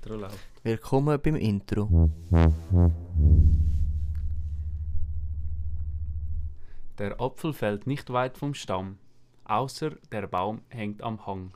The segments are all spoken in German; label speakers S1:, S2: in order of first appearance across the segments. S1: Intro läuft.
S2: Willkommen beim Intro.
S1: Der Apfel fällt nicht weit vom Stamm, außer der Baum hängt am Hang.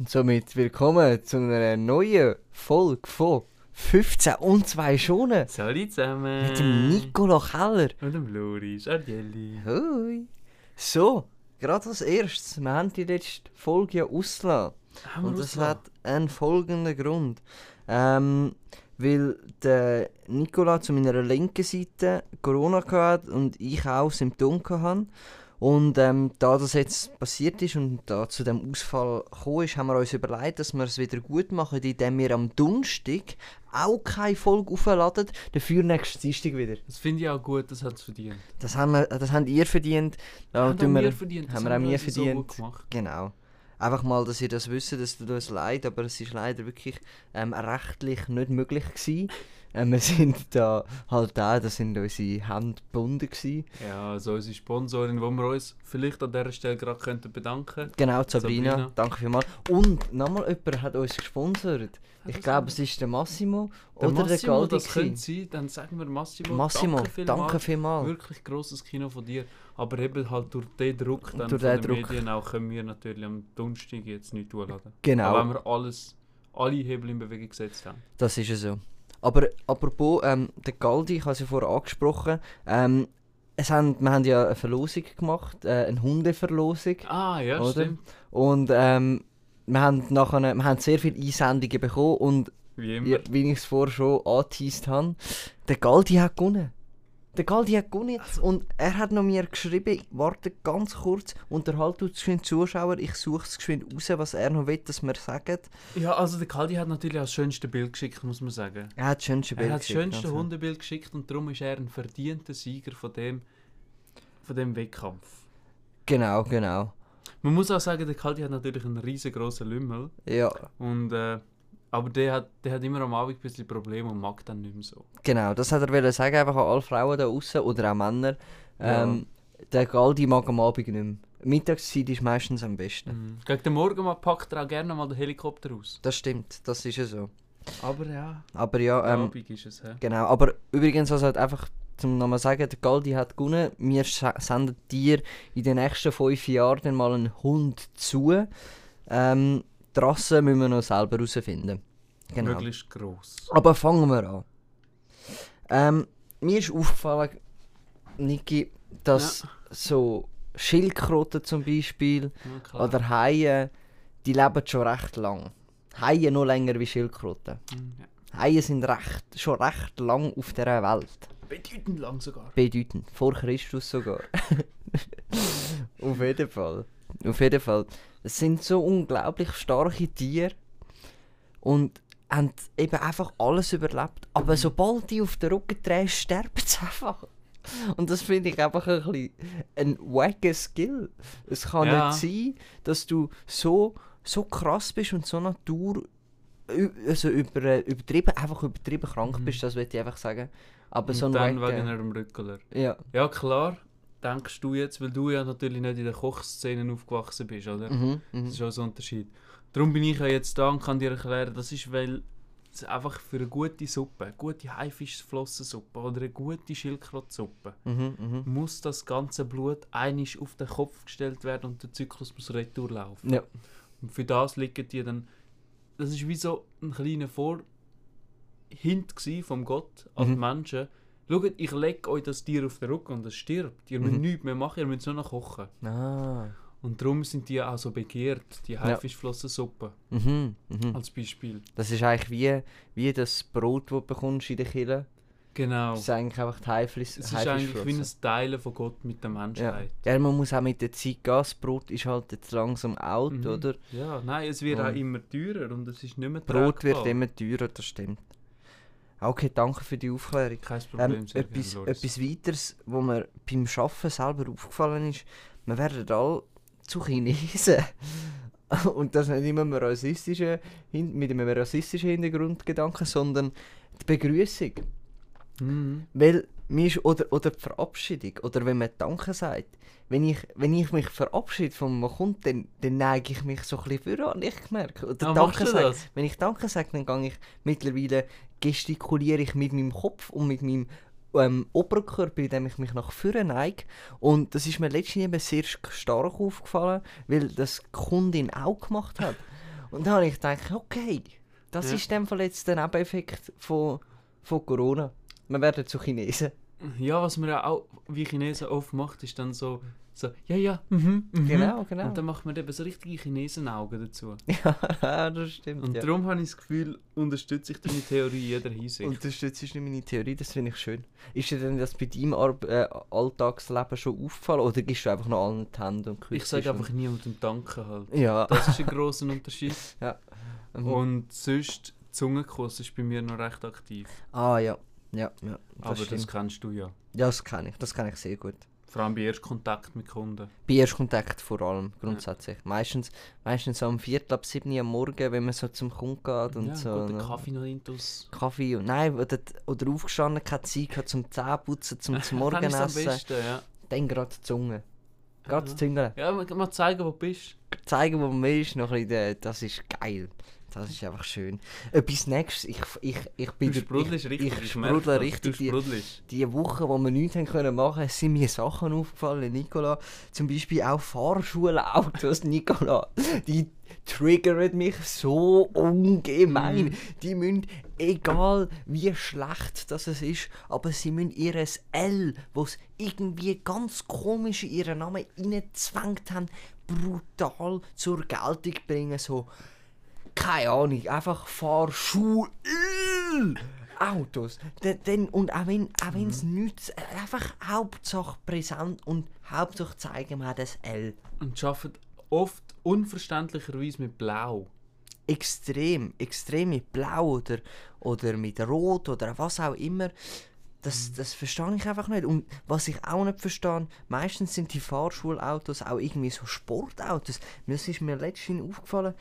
S2: Und somit willkommen zu einer neuen Folge von 15 und 2 Schonen
S1: Salut zusammen!
S2: mit dem Nicola Keller.
S1: Und dem Loris, Arieli.
S2: Hoi! So, gerade als erstes, wir haben die letzte Folge ja ausgelassen.
S1: Haben wir
S2: Und das
S1: rausgelassen?
S2: hat einen folgenden Grund. Ähm, weil der Nicola zu meiner linken Seite Corona hatte und ich auch Symptome hatte. Und ähm, da das jetzt passiert ist und da zu dem Ausfall gekommen ist, haben wir uns überlegt, dass wir es wieder gut machen, indem wir am Donnerstag auch keine Folge aufladen, dafür nächsten Dienstag wieder.
S1: Das finde ich auch gut, das hat es verdient.
S2: Das haben, wir, das haben ihr verdient. Darum
S1: Haben
S2: tun
S1: auch
S2: wir-
S1: wir verdient. das
S2: haben wir auch mir
S1: also So
S2: verdient.
S1: gut gemacht.
S2: Genau. Einfach mal, dass ihr das wisst, es tut uns leid, aber es ist leider wirklich ähm, rechtlich nicht möglich gewesen. Ähm, wir sind da halt da, das sind unsere Hände gebunden gewesen.
S1: Ja, also unsere Sponsorin, wo wir uns vielleicht an dieser Stelle gerade könnten bedanken
S2: Genau, Sabrina,
S1: Sabrina.
S2: danke vielmals. Und nochmal jemand hat uns gesponsert. Ich
S1: das
S2: glaube,
S1: jemand?
S2: es ist der Massimo
S1: Der
S2: oder
S1: Massimo,
S2: der Galdi.
S1: das könnte
S2: gewesen.
S1: sein, dann sagen wir Massimo,
S2: Massimo, danke vielmals.
S1: vielmals. Wirklich grosses Kino von dir. Aber eben halt durch den Druck dann
S2: Durch
S1: von den
S2: den Druck.
S1: Medien auch können wir natürlich am Donnerstag jetzt nicht zuladen.
S2: Genau.
S1: Auch wenn wir alles, alle Hebel in Bewegung gesetzt haben.
S2: Das ist ja so. Aber apropos, ähm, der Galdi, ich habe es ja vorher angesprochen, ähm, es haben, wir haben ja eine Verlosung gemacht, äh, eine Hundeverlosung.
S1: Ah, ja,
S2: Oder?
S1: stimmt.
S2: Und ähm, wir, haben nachher, wir haben sehr viele Einsendungen bekommen und
S1: Wie immer.
S2: ja, wie ich es vorher schon angeteased habe, der Galdi hat gewonnen. Der Galdi hat gewonnen und er hat noch mir geschrieben, warte ganz kurz, unterhalt du geschwind Zuschauer, ich suche es geschwind raus, was er noch will, dass wir sagen.
S1: Ja, also der Kaldi hat natürlich auch das schönste Bild geschickt, muss man sagen.
S2: Er hat das schönste Bild
S1: er hat das
S2: geschickt,
S1: schönste
S2: also.
S1: Hundebild geschickt und darum ist er ein verdienter Sieger von dem, von dem Wettkampf.
S2: Genau, genau.
S1: Man muss auch sagen, der Kaldi hat natürlich einen riesengroßen Lümmel.
S2: Ja,
S1: Und, äh, aber der hat, der hat immer am Abend ein bisschen Probleme und mag dann nicht mehr so.
S2: genau, das hat er wollen sagen, einfach an alle Frauen da außen oder auch Männer.
S1: Ja.
S2: Ähm, Der Galdi mag am Abend nicht mehr. Mittagszeit ist meistens am besten.
S1: Mhm. Gegen den Morgen mal packt er auch gerne mal den Helikopter aus.
S2: Das stimmt, das ist ja so.
S1: Aber ja,
S2: Aber ja,
S1: am
S2: ähm,
S1: Abend ist es. hä?
S2: genau. Aber übrigens, also halt einfach zum nochmal sagen, der Galdi hat gewonnen. Wir sa- senden dir in den nächsten fünf Jahren dann mal einen Hund zu. Ähm, die Rasse müssen wir noch selber herausfinden. Genau.
S1: Möglichst gross.
S2: Aber fangen wir an. Ähm, mir ist aufgefallen, Niki, dass so Schildkröten zum Beispiel
S1: Ja, klar.
S2: oder Haie, die leben schon recht lang. Haie noch länger wie Schildkröten.
S1: Mhm, ja.
S2: Haie sind recht, schon recht lang auf dieser Welt.
S1: Bedeutend lang sogar.
S2: Bedeutend. Vor Christus sogar. auf jeden Fall. Auf jeden Fall. Es sind so unglaublich starke Tiere und haben eben einfach alles überlebt. Aber sobald die auf den Rücken drehen, sterben sie einfach. Und das finde ich einfach ein bisschen ein wacker Skill. Es kann
S1: Ja.
S2: nicht sein, dass du so, so krass bist und so Natur ü- also über, äh, übertrieben, einfach übertrieben krank
S1: Mhm.
S2: bist, das würde ich einfach sagen. Aber
S1: Und
S2: so ein
S1: dann
S2: wacker-
S1: wegen einem Rückeler.
S2: ja.
S1: Ja klar, denkst du jetzt, weil du ja natürlich nicht in der Kochszene aufgewachsen bist, oder?
S2: Mhm,
S1: Das
S2: mhm.
S1: ist auch so ein Unterschied. Darum bin ich ja jetzt da und kann dir erklären, das ist, weil es einfach für eine gute Suppe, eine gute Haifischflossensuppe oder eine gute Schildkrötensuppe,
S2: Mhm, mhm.
S1: muss das ganze Blut einisch auf den Kopf gestellt werden und der Zyklus muss retour laufen.
S2: Ja.
S1: Und für das liegen die dann. Das ist wie so ein kleiner Vorhint gsi vom Gott an die
S2: Mhm.
S1: Menschen. Schaut, ich lege euch das Tier auf den Rücken und es stirbt. Ihr müsst
S2: Mhm.
S1: nichts mehr machen, ihr müsst nur noch kochen.
S2: Ah.
S1: Und darum sind die auch so begehrt, die Haifischflossensuppe
S2: Mhm, mhm.
S1: als Beispiel.
S2: Das ist eigentlich wie, wie das Brot, das du bekommst in der Kirche.
S1: Genau.
S2: Das ist eigentlich einfach die Haiflis.
S1: Es ist eigentlich wie ein Teilen von Gott mit der
S2: ja.
S1: Menschheit.
S2: ja, man muss auch mit der Zeit gehen. Das Brot ist halt jetzt langsam out,
S1: Mhm.
S2: oder?
S1: Ja. nein, es wird
S2: Und-
S1: auch immer teurer und es ist nicht mehr
S2: Brot wird
S1: tragbar.
S2: immer teurer, das stimmt. Okay, danke für die Aufklärung.
S1: Kein Problem,
S2: Ähm,
S1: sehr gerne,
S2: etwas,
S1: Loris.
S2: etwas weiteres, wo mir beim Arbeiten selber aufgefallen ist, wir werden alle zu Chinesen. Und das nicht immer mit einem rassistischen, Hin- mit einem rassistischen Hintergrundgedanken, sondern die Begrüßung.
S1: Mhm.
S2: Weil mir ist, oder, oder die Verabschiedung, oder wenn man Danke sagt. Wenn ich, wenn ich mich verabschiede von einem Kunden, dann, dann neige ich mich so ein bisschen vor, habe ich gemerkt. Oder
S1: Ah, machst
S2: Danke
S1: du
S2: sagen.
S1: das?
S2: Wenn ich Danke sage, dann gehe ich mittlerweile gestikuliere ich mit meinem Kopf und mit meinem ähm, Oberkörper, indem ich mich nach vorne neige. Und das ist mir letztens eben sehr stark aufgefallen, weil das die Kundin auch gemacht hat. Und dann habe ich gedacht, okay, das
S1: Ja.
S2: ist in dem Fall jetzt der Nebeneffekt von, von Corona. Wir werden zu Chinesen.
S1: Ja, was man ja auch wie Chinesen oft macht, ist dann so, so ja, ja, mhm, mhm.
S2: Genau, genau.
S1: Und dann macht man eben so richtige Chinesenaugen dazu.
S2: ja, das stimmt.
S1: Und
S2: ja.
S1: darum habe ich das Gefühl, unterstütze ich deine Theorie in jeder Hinsicht.
S2: Unterstützt ist nicht meine Theorie, das finde ich schön. Ist dir denn das bei deinem Arb äh, Alltagsleben schon aufgefallen oder gibst du einfach noch allen die Hände und
S1: ich
S2: küsst
S1: sage
S2: und-
S1: einfach niemandem Danke halt.
S2: Ja.
S1: Das ist ein grosser Unterschied.
S2: ähm,
S1: Und sonst, Zungenkuss ist bei mir noch recht aktiv.
S2: ah ja, ja, ja. Das
S1: Aber
S2: stimmt.
S1: das kennst du ja.
S2: ja, das kenne ich, das kenne ich sehr gut.
S1: Vor allem bei Erstkontakt mit Kunden.
S2: Bei Erstkontakt vor allem, grundsätzlich. Meistens, meistens so am Viertel ab 7 Uhr am Morgen, wenn man so zum Kunden geht und
S1: ja,
S2: so.
S1: guten
S2: ne?
S1: Kaffee noch intus.
S2: Kaffee und nein, oder, oder aufgestanden, keine Zeit gehabt zum Zähneputzen, zum
S1: Dann ist es am
S2: Morgenessen.
S1: besten, ja.
S2: Dann gerade die Zunge. Gerade
S1: Ja.
S2: die Zunge.
S1: Ja, mal- mal zeigen, wo du bist.
S2: zeigen, wo man ist, noch ein bisschen, äh, das ist geil. Das ist einfach schön. Etwas nächstes, ich, ich, ich bin...
S1: Du sprudelst richtig.
S2: Ich
S1: merke
S2: sprudle
S1: das.
S2: richtig.
S1: Du
S2: Die,
S1: sprudelst.
S2: die Woche, wo wir nichts haben können machen, sind mir Sachen aufgefallen, Nicola. Zum Beispiel auch Fahrschulautos, Nicola. Die triggern mich so ungemein. Die müssen, egal wie schlecht das es ist, aber sie müssen ihr L, was irgendwie ganz komisch in ihren Namen reingezwängt haben, brutal zur Geltung bringen. So, keine Ahnung, einfach fahr Schuh. Autos. D denn, und auch wenn auch es nichts, einfach Hauptsache präsent und Hauptsache zeigen wir das L.
S1: Und arbeiten oft unverständlicherweise mit Blau.
S2: Extrem, extrem mit Blau oder, oder mit Rot oder was auch immer. Das, das verstehe ich einfach nicht. Und was ich auch nicht verstehe, meistens sind die Fahrschulautos auch irgendwie so Sportautos. Das ist mir letztens aufgefallen.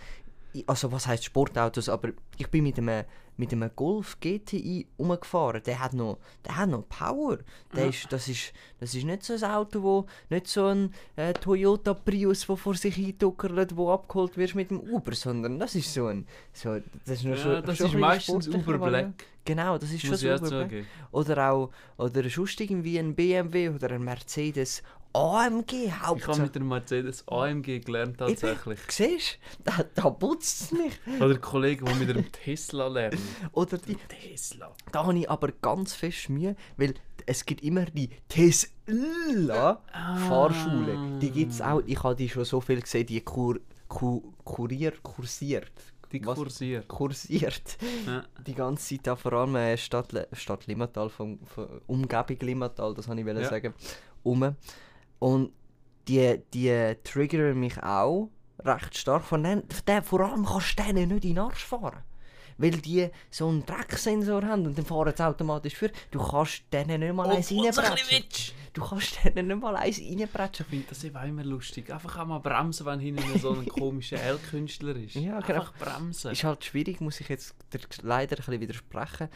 S2: Ich- Also was heißt Sportautos, aber ich bin mit einem, mit einem Golf GTI umgefahren. Der hat noch, der hat noch Power. Der ist, das, ist, das ist nicht so ein Auto, wo nicht so ein äh, Toyota Prius, wo vor sich hintuckert, wo abgeholt wirst mit dem Uber, sondern das ist so ein, so, das ist, noch
S1: Ja, das
S2: schon, schon
S1: ist
S2: ein bisschen
S1: meistens
S2: sportlicher
S1: Uber Black.
S2: Variante. Genau, das ist
S1: Muss ich
S2: schon
S1: auch
S2: so Uber Black.
S1: zugeben.
S2: Oder auch oder sonst irgendwie ein BMW oder ein Mercedes AMG
S1: Ich habe
S2: Hauptsache.
S1: mit der Mercedes AMG gelernt tatsächlich.
S2: Siehst du? Da, da putzt es nicht.
S1: Oder Kollegen, die mit einem Tesla lernen.
S2: Oder die,
S1: Tesla.
S2: da habe ich aber ganz fest Mühe, weil es gibt immer die Tesla-Fahrschule. Die gibt es auch. Ich habe die schon so viel gesehen, die kur, ku, kurier, kursiert.
S1: Die
S2: Was?
S1: kursiert.
S2: Kursiert.
S1: Ja.
S2: Die ganze Zeit da vor allem äh, Stadt, Le- Stadt Limmatal, von, von Umgebung Limmatal, das wollte ich
S1: Ja.
S2: sagen, um. Und die, die triggern mich auch recht stark. Von denen, von denen, vor allem kannst du denen nicht in den Arsch fahren. Weil die so einen Drecksensor haben und dann fahren sie automatisch für. Du kannst denen nicht mal eins
S1: Obwohl sie ein
S2: reinbrechen.
S1: bisschen willst.
S2: Du kannst denen nicht mal eins reinbrechen.
S1: Ich finde das eben auch immer lustig. Einfach auch mal bremsen, wenn hinten so ein komischer L-Künstler ist.
S2: Ja, genau.
S1: Einfach bremsen.
S2: Ist halt schwierig, muss ich jetzt dir leider ein bisschen widersprechen.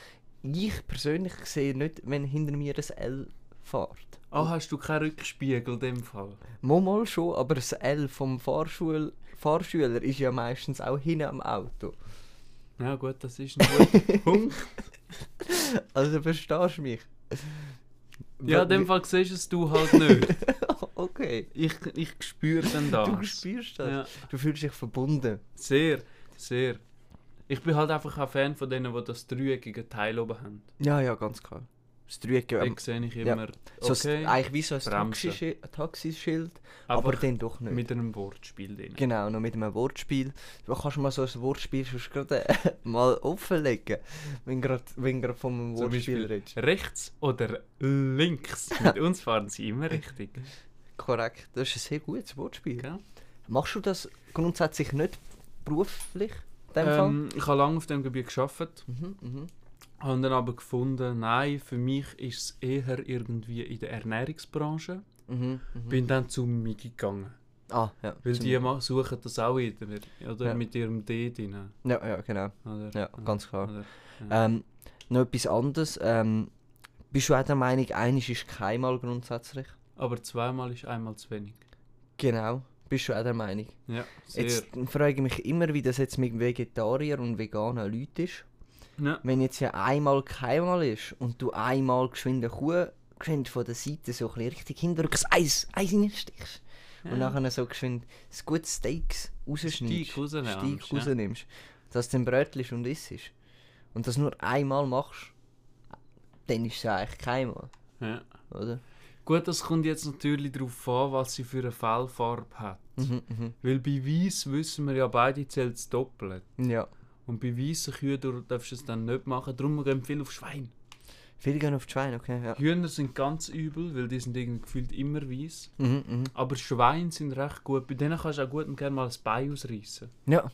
S2: Ich persönlich sehe nicht, wenn hinter mir ein L fährt.
S1: Oh, hast du keinen Rückspiegel in dem Fall?
S2: Manchmal schon, aber das L vom Fahrschul Fahrschüler ist ja meistens auch hinten am Auto.
S1: Ja gut, das ist ein guter Punkt.
S2: Also verstehst du mich?
S1: Ja, in dem Fall siehst es du halt nicht.
S2: okay.
S1: Ich, ich spüre dann das.
S2: Du spürst das.
S1: Ja.
S2: Du fühlst dich verbunden.
S1: Sehr, sehr. Ich bin halt einfach ein Fan von denen, die das dreieckige Teil oben haben.
S2: Ja, ja, ganz klar. Das Dreieck,
S1: Ja,
S2: ja, ähm,
S1: Dort sehe ich
S2: ja.
S1: immer,
S2: so
S1: okay,
S2: ein- eigentlich wie so ein
S1: Bremsen.
S2: Taxischi- Taxischild, aber,
S1: aber
S2: dann doch nicht.
S1: mit einem Wortspiel drin.
S2: Genau, noch mit einem Wortspiel. Du kannst mal so ein Wortspiel sonst gerade äh, mal offenlegen, wenn du gerade wenn grad von einem
S1: Zum
S2: Wortspiel
S1: Beispiel
S2: redest.
S1: rechts oder links. Mit uns fahren sie immer richtig.
S2: Korrekt, das ist ein sehr gutes Wortspiel.
S1: Gell?
S2: Machst du das grundsätzlich nicht beruflich? In dem Fall?
S1: Ähm, ich habe lange auf diesem Gebiet gearbeitet,
S2: Mhm, mhm.
S1: habe dann aber gefunden, nein, für mich ist es eher irgendwie in der Ernährungsbranche.
S2: Mhm, mhm.
S1: Bin dann zu Migi gegangen.
S2: Ah, ja.
S1: Weil
S2: zum-
S1: die ma- suchen das auch jeder, oder?
S2: Ja.
S1: Mit ihrem D drin.
S2: Ja, ja, genau.
S1: Oder?
S2: Ja, ganz klar.
S1: Oder?
S2: Ähm, noch etwas anderes. Ähm, Bist du auch der Meinung, einisch ist keinmal grundsätzlich?
S1: Aber zweimal ist einmal zu wenig.
S2: Genau. Bist du auch der Meinung?
S1: Ja, sehr.
S2: Jetzt frage ich mich immer, wie das jetzt mit Vegetarier und veganen Leuten ist.
S1: Ja.
S2: Wenn jetzt ja einmal keinmal ist und du einmal geschwind eine Kuh geschwind von der Seite so ein bisschen richtig hindrückst, Eis, Eis reinstichst. Und nachher so geschwind ein gutes Steaks rausschneidest.
S1: Steak rausnimmst,
S2: Steak
S1: ja.
S2: rausnimmst. Dass du dann brötelst und isst. Und das nur einmal machst, dann ist es ja eigentlich keinmal,
S1: Ja.
S2: oder?
S1: Gut, das kommt jetzt natürlich darauf an, was sie für eine Fellfarbe hat.
S2: Mhm, mhm.
S1: Weil bei Weiss wissen wir ja, beide zählt es doppelt.
S2: mhm. Ja.
S1: Und bei weißen Kühen dur- darfst du es dann nicht machen. Darum gehen viel auf Schwein.
S2: Viele gehen auf die Schweine, okay, ja.
S1: Hühner sind ganz übel, weil die sind irgendwie gefühlt immer weiß.
S2: Mhm, mhm.
S1: Aber Schweine sind recht gut. Bei denen kannst du auch gut und gerne mal ein Bein ausreißen.
S2: Ja.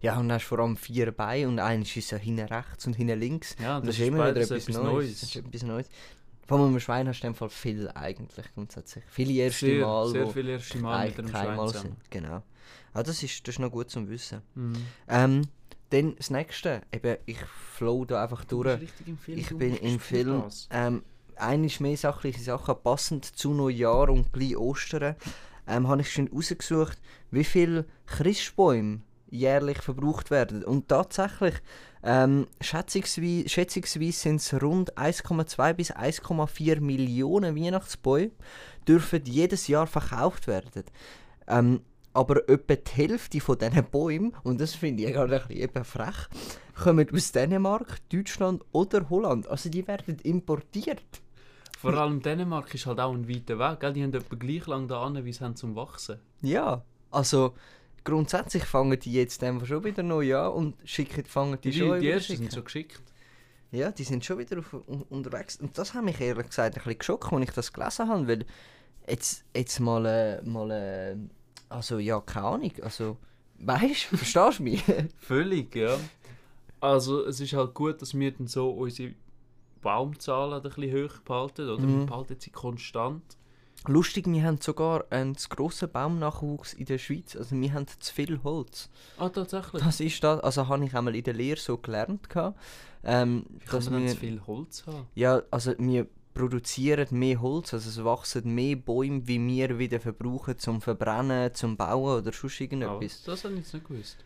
S2: Ja, und hast vor allem vier Beine und eines ist so hinten rechts und hinten links.
S1: Ja,
S2: Und das, ist immer wieder
S1: beides
S2: etwas, Neues. Das ist etwas Neues. Vor allem mit dem Schwein hast du in dem Fall viel eigentlich grundsätzlich. Viele erste
S1: Sehr,
S2: Mal,
S1: sehr
S2: wo
S1: viele erste Mal mit
S2: eigentlich
S1: einem
S2: kein
S1: Schwein
S2: Mal
S1: zusammen.
S2: sind. Genau. Ah, das, ist, das ist noch gut zum Wissen.
S1: Mhm.
S2: Ähm, dann das nächste. Eben, ich flow da einfach
S1: Du bist
S2: durch.
S1: richtig im Film.
S2: Ich
S1: du
S2: bin im
S1: spürst
S2: Film.
S1: das.
S2: Ähm, eines mehr sachliche Sachen, passend zu Neujahr und gleich Ostern, ähm, habe ich schon herausgesucht, wie viele Christbäume jährlich verbraucht werden. Und tatsächlich, ähm, schätzungsweise, schätzungsweise sind es rund 1,2 bis 1,4 Millionen Weihnachtsbäume, dürfen jedes Jahr verkauft werden. Ähm, aber etwa die Hälfte von diesen Bäumen, und das finde ich gerade ein bisschen eben frech, kommen aus Dänemark, Deutschland oder Holland. Also die werden importiert.
S1: Vor allem Dänemark ist halt auch ein weiter Weg. Gell? Die haben etwa gleich lang da an, wie sie haben zum Wachsen.
S2: Ja. Also grundsätzlich fangen die jetzt einfach schon wieder neu an und schicken, fangen die,
S1: Die, die,
S2: schon
S1: die
S2: wieder
S1: ersten sind
S2: schicken.
S1: so geschickt.
S2: Ja, die sind schon wieder auf, un, unterwegs. Und das hat mich ehrlich gesagt ein bisschen geschockt, als ich das gelesen habe, weil jetzt, jetzt mal, äh, mal äh, also ja, keine Ahnung, also weißt du, verstehst du mich?
S1: Völlig, ja. Also es ist halt gut, dass wir dann so unsere Baumzahlen ein bisschen hoch behalten, oder? Wir
S2: Mhm.
S1: behalten sie konstant.
S2: Lustig, wir haben sogar einen zu grossen Baumnachwuchs in der Schweiz. Also wir haben zu viel Holz.
S1: Ah, tatsächlich.
S2: Das ist das. Also habe ich einmal in der Lehre so gelernt. gehabt, Ähm,
S1: Wie kann
S2: dass
S1: man denn
S2: wir,
S1: zu viel Holz haben?
S2: ja, also wir produzieren mehr Holz, also es wachsen mehr Bäume, wie wir wieder verbrauchen zum Verbrennen, zum Bauen oder sonst
S1: Ah,
S2: irgendetwas.
S1: das habe ich jetzt nicht gewusst.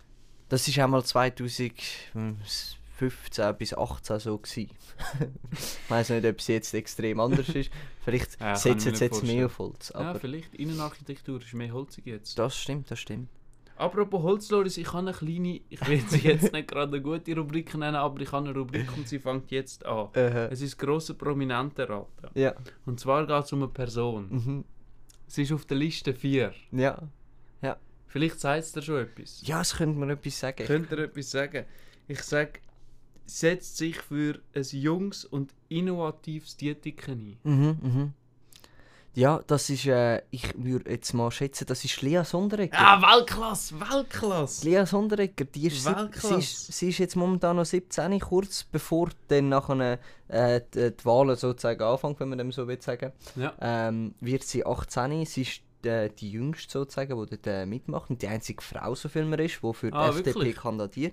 S2: Das ist einmal 2015 bis 18 so gsi. ich weiß nicht, ob es jetzt extrem anders ist. Vielleicht
S1: Ja, kann ich mir
S2: setzen
S1: nicht
S2: sie jetzt
S1: vorstellen.
S2: mehr auf Holz.
S1: Ja,
S2: Aber
S1: vielleicht Innenarchitektur ist mehr holzig jetzt.
S2: das stimmt, das stimmt.
S1: Apropos Holz, Loris, ich habe eine kleine, ich will sie jetzt nicht gerade eine gute Rubrik nennen, aber ich habe eine Rubrik und sie fängt jetzt an. Es ist grosse Prominentenraten.
S2: Ja.
S1: Und zwar geht es um eine Person.
S2: Mhm.
S1: Sie ist auf der Liste 4.
S2: Ja.
S1: Vielleicht sagt es dir schon etwas.
S2: Ja, es könnte mir etwas sagen.
S1: Könnt ihr etwas sagen? Ich sage, setzt sich für ein junges und innovatives Diätiken ein.
S2: Mhm, mhm. Ja, das ist, äh, ich würde jetzt mal schätzen, das ist Lea Sonderegger.
S1: Ah, Weltklasse, Weltklasse!
S2: Lea Sonderegger, die ist, sieb-
S1: Weltklasse.
S2: sie ist, sie ist jetzt momentan noch 17, kurz bevor dann nachher äh, die, die Wahlen sozusagen anfangen, wenn man dem so will sagen.
S1: Ja.
S2: Ähm, wird sie 18, sie ist äh, die jüngste sozusagen, die dort äh, mitmacht und die einzige Frau, so viel man ist, die für die
S1: Ah,
S2: FDP
S1: wirklich?
S2: kandidiert.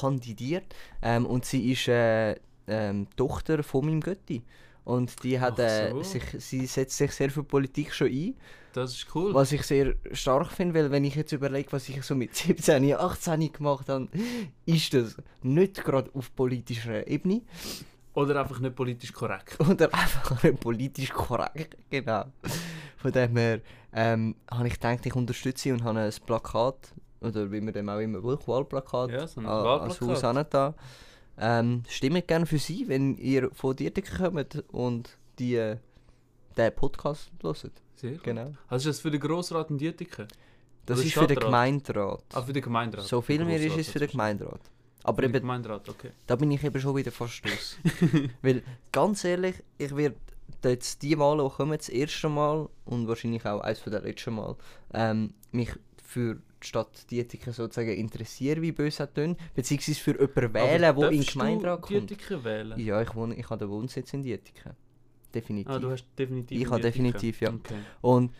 S2: kandidiert. Ähm, und sie ist äh, ähm, Tochter von meinem Götti. Und die hat,
S1: Ach
S2: äh,
S1: so.
S2: sich, sie setzt sich sehr für Politik schon ein,
S1: Das ist cool.
S2: was ich sehr stark finde, weil wenn ich jetzt überlege, was ich so mit 17, 18 gemacht habe, ist das nicht gerade auf politischer Ebene
S1: Oder einfach nicht politisch korrekt.
S2: oder einfach nicht politisch korrekt, genau. Von dem her ähm, habe ich gedacht, ich unterstütze sie und habe ein Plakat, oder wie man dem auch immer will, Wahlplakat,
S1: Ja, so ein
S2: a- als Haus
S1: Wahlplakat.
S2: da. Ähm, stimmt gerne für sie, wenn ihr von dir kommt und die, äh, den Podcast hört.
S1: Sehr gut.
S2: Genau.
S1: Also ist das für den Grossrat und Diätiken?
S2: Das
S1: Oder
S2: ist für den
S1: Stadtrat?
S2: Gemeinderat.
S1: Ah, für den also. Gemeinderat.
S2: So viel mehr ist
S1: Grossrat
S2: es für den
S1: sozusagen.
S2: Gemeinderat. Aber
S1: Für den
S2: eben,
S1: Gemeinderat, okay.
S2: da bin ich eben schon wieder fast raus. Weil, ganz ehrlich, ich werde jetzt die Wahlen, die kommen, das erste Mal und wahrscheinlich auch eins von der letzten Mal, ähm, mich für die Stadt Dietiken sozusagen interessieren, wie böse das tun, beziehungsweise für jemanden wählen, der in den Gemeinderat kommt.
S1: Diätiken wählen?
S2: Ja, ich, wohne, ich habe den Wohnsitz in Dietiken. Definitiv.
S1: Ah, du hast definitiv
S2: Ich habe
S1: Diätiken.
S2: definitiv, ja.
S1: Okay.
S2: Und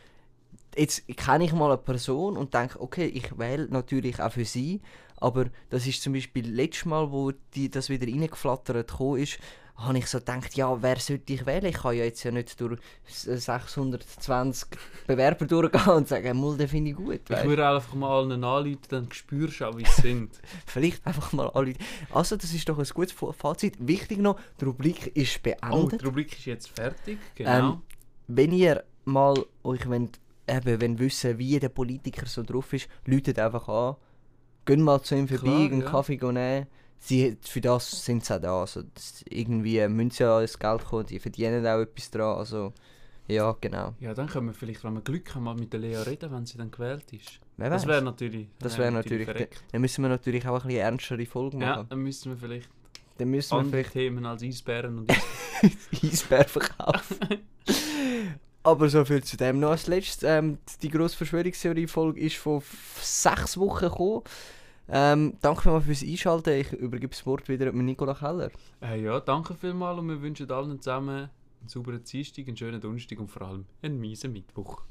S2: jetzt kenne ich mal eine Person und denke, okay, ich wähle natürlich auch für sie, aber das ist zum Beispiel letztes Mal, wo die, das wieder reingeflattert gekommen ist, habe ich so gedacht, ja, wer sollte ich wählen? Ich kann ja jetzt ja nicht durch s- 620 Bewerber durchgehen und sagen, mal, den finde ich gut.
S1: Ich
S2: weisst.
S1: würde einfach mal allen anrufen, dann spürst du auch, wie sie sind.
S2: Vielleicht einfach mal alle. Also, das ist doch ein gutes Fa- Fazit. Wichtig noch, die Rubrik ist
S1: Oh,
S2: beendet.
S1: die Rubrik ist jetzt fertig, genau.
S2: Ähm, wenn ihr mal euch wollt, eben, wollt wissen wie der Politiker so drauf ist, läutet einfach an. Geht mal zu ihm vorbei,
S1: Klar,
S2: einen
S1: ja.
S2: Kaffee nehmen. Sie, für das sind sie auch da. Also, das, irgendwie müssen sie ja das Geld kommen, die verdienen auch etwas dran. Also, ja, genau.
S1: ja, dann können wir vielleicht, wenn wir Glück haben, mal mit der Lea reden, wenn sie dann gewählt ist.
S2: Wer
S1: Das
S2: weiß.
S1: wäre natürlich.
S2: Das wäre natürlich.
S1: verreckt.
S2: Dann müssen wir natürlich auch ein bisschen ernstere Folgen
S1: Ja,
S2: machen.
S1: dann müssten wir vielleicht
S2: Dann müssen wir
S1: andere
S2: vielleicht
S1: Themen als Eisbären und Eis
S2: Eisbär verkaufen. Aber so viel zu dem. Noch als letztes, ähm, die grosse Verschwörungstheorie-Folge ist vor f- sechs Wochen gekommen. Ähm, danke mal fürs Einschalten. Ich übergebe das Wort wieder an Nicola Keller.
S1: äh, Ja, danke vielmals und wir wünschen allen zusammen einen sauberen Dienstag, einen schönen Donnerstag und vor allem einen miesen Mittwoch.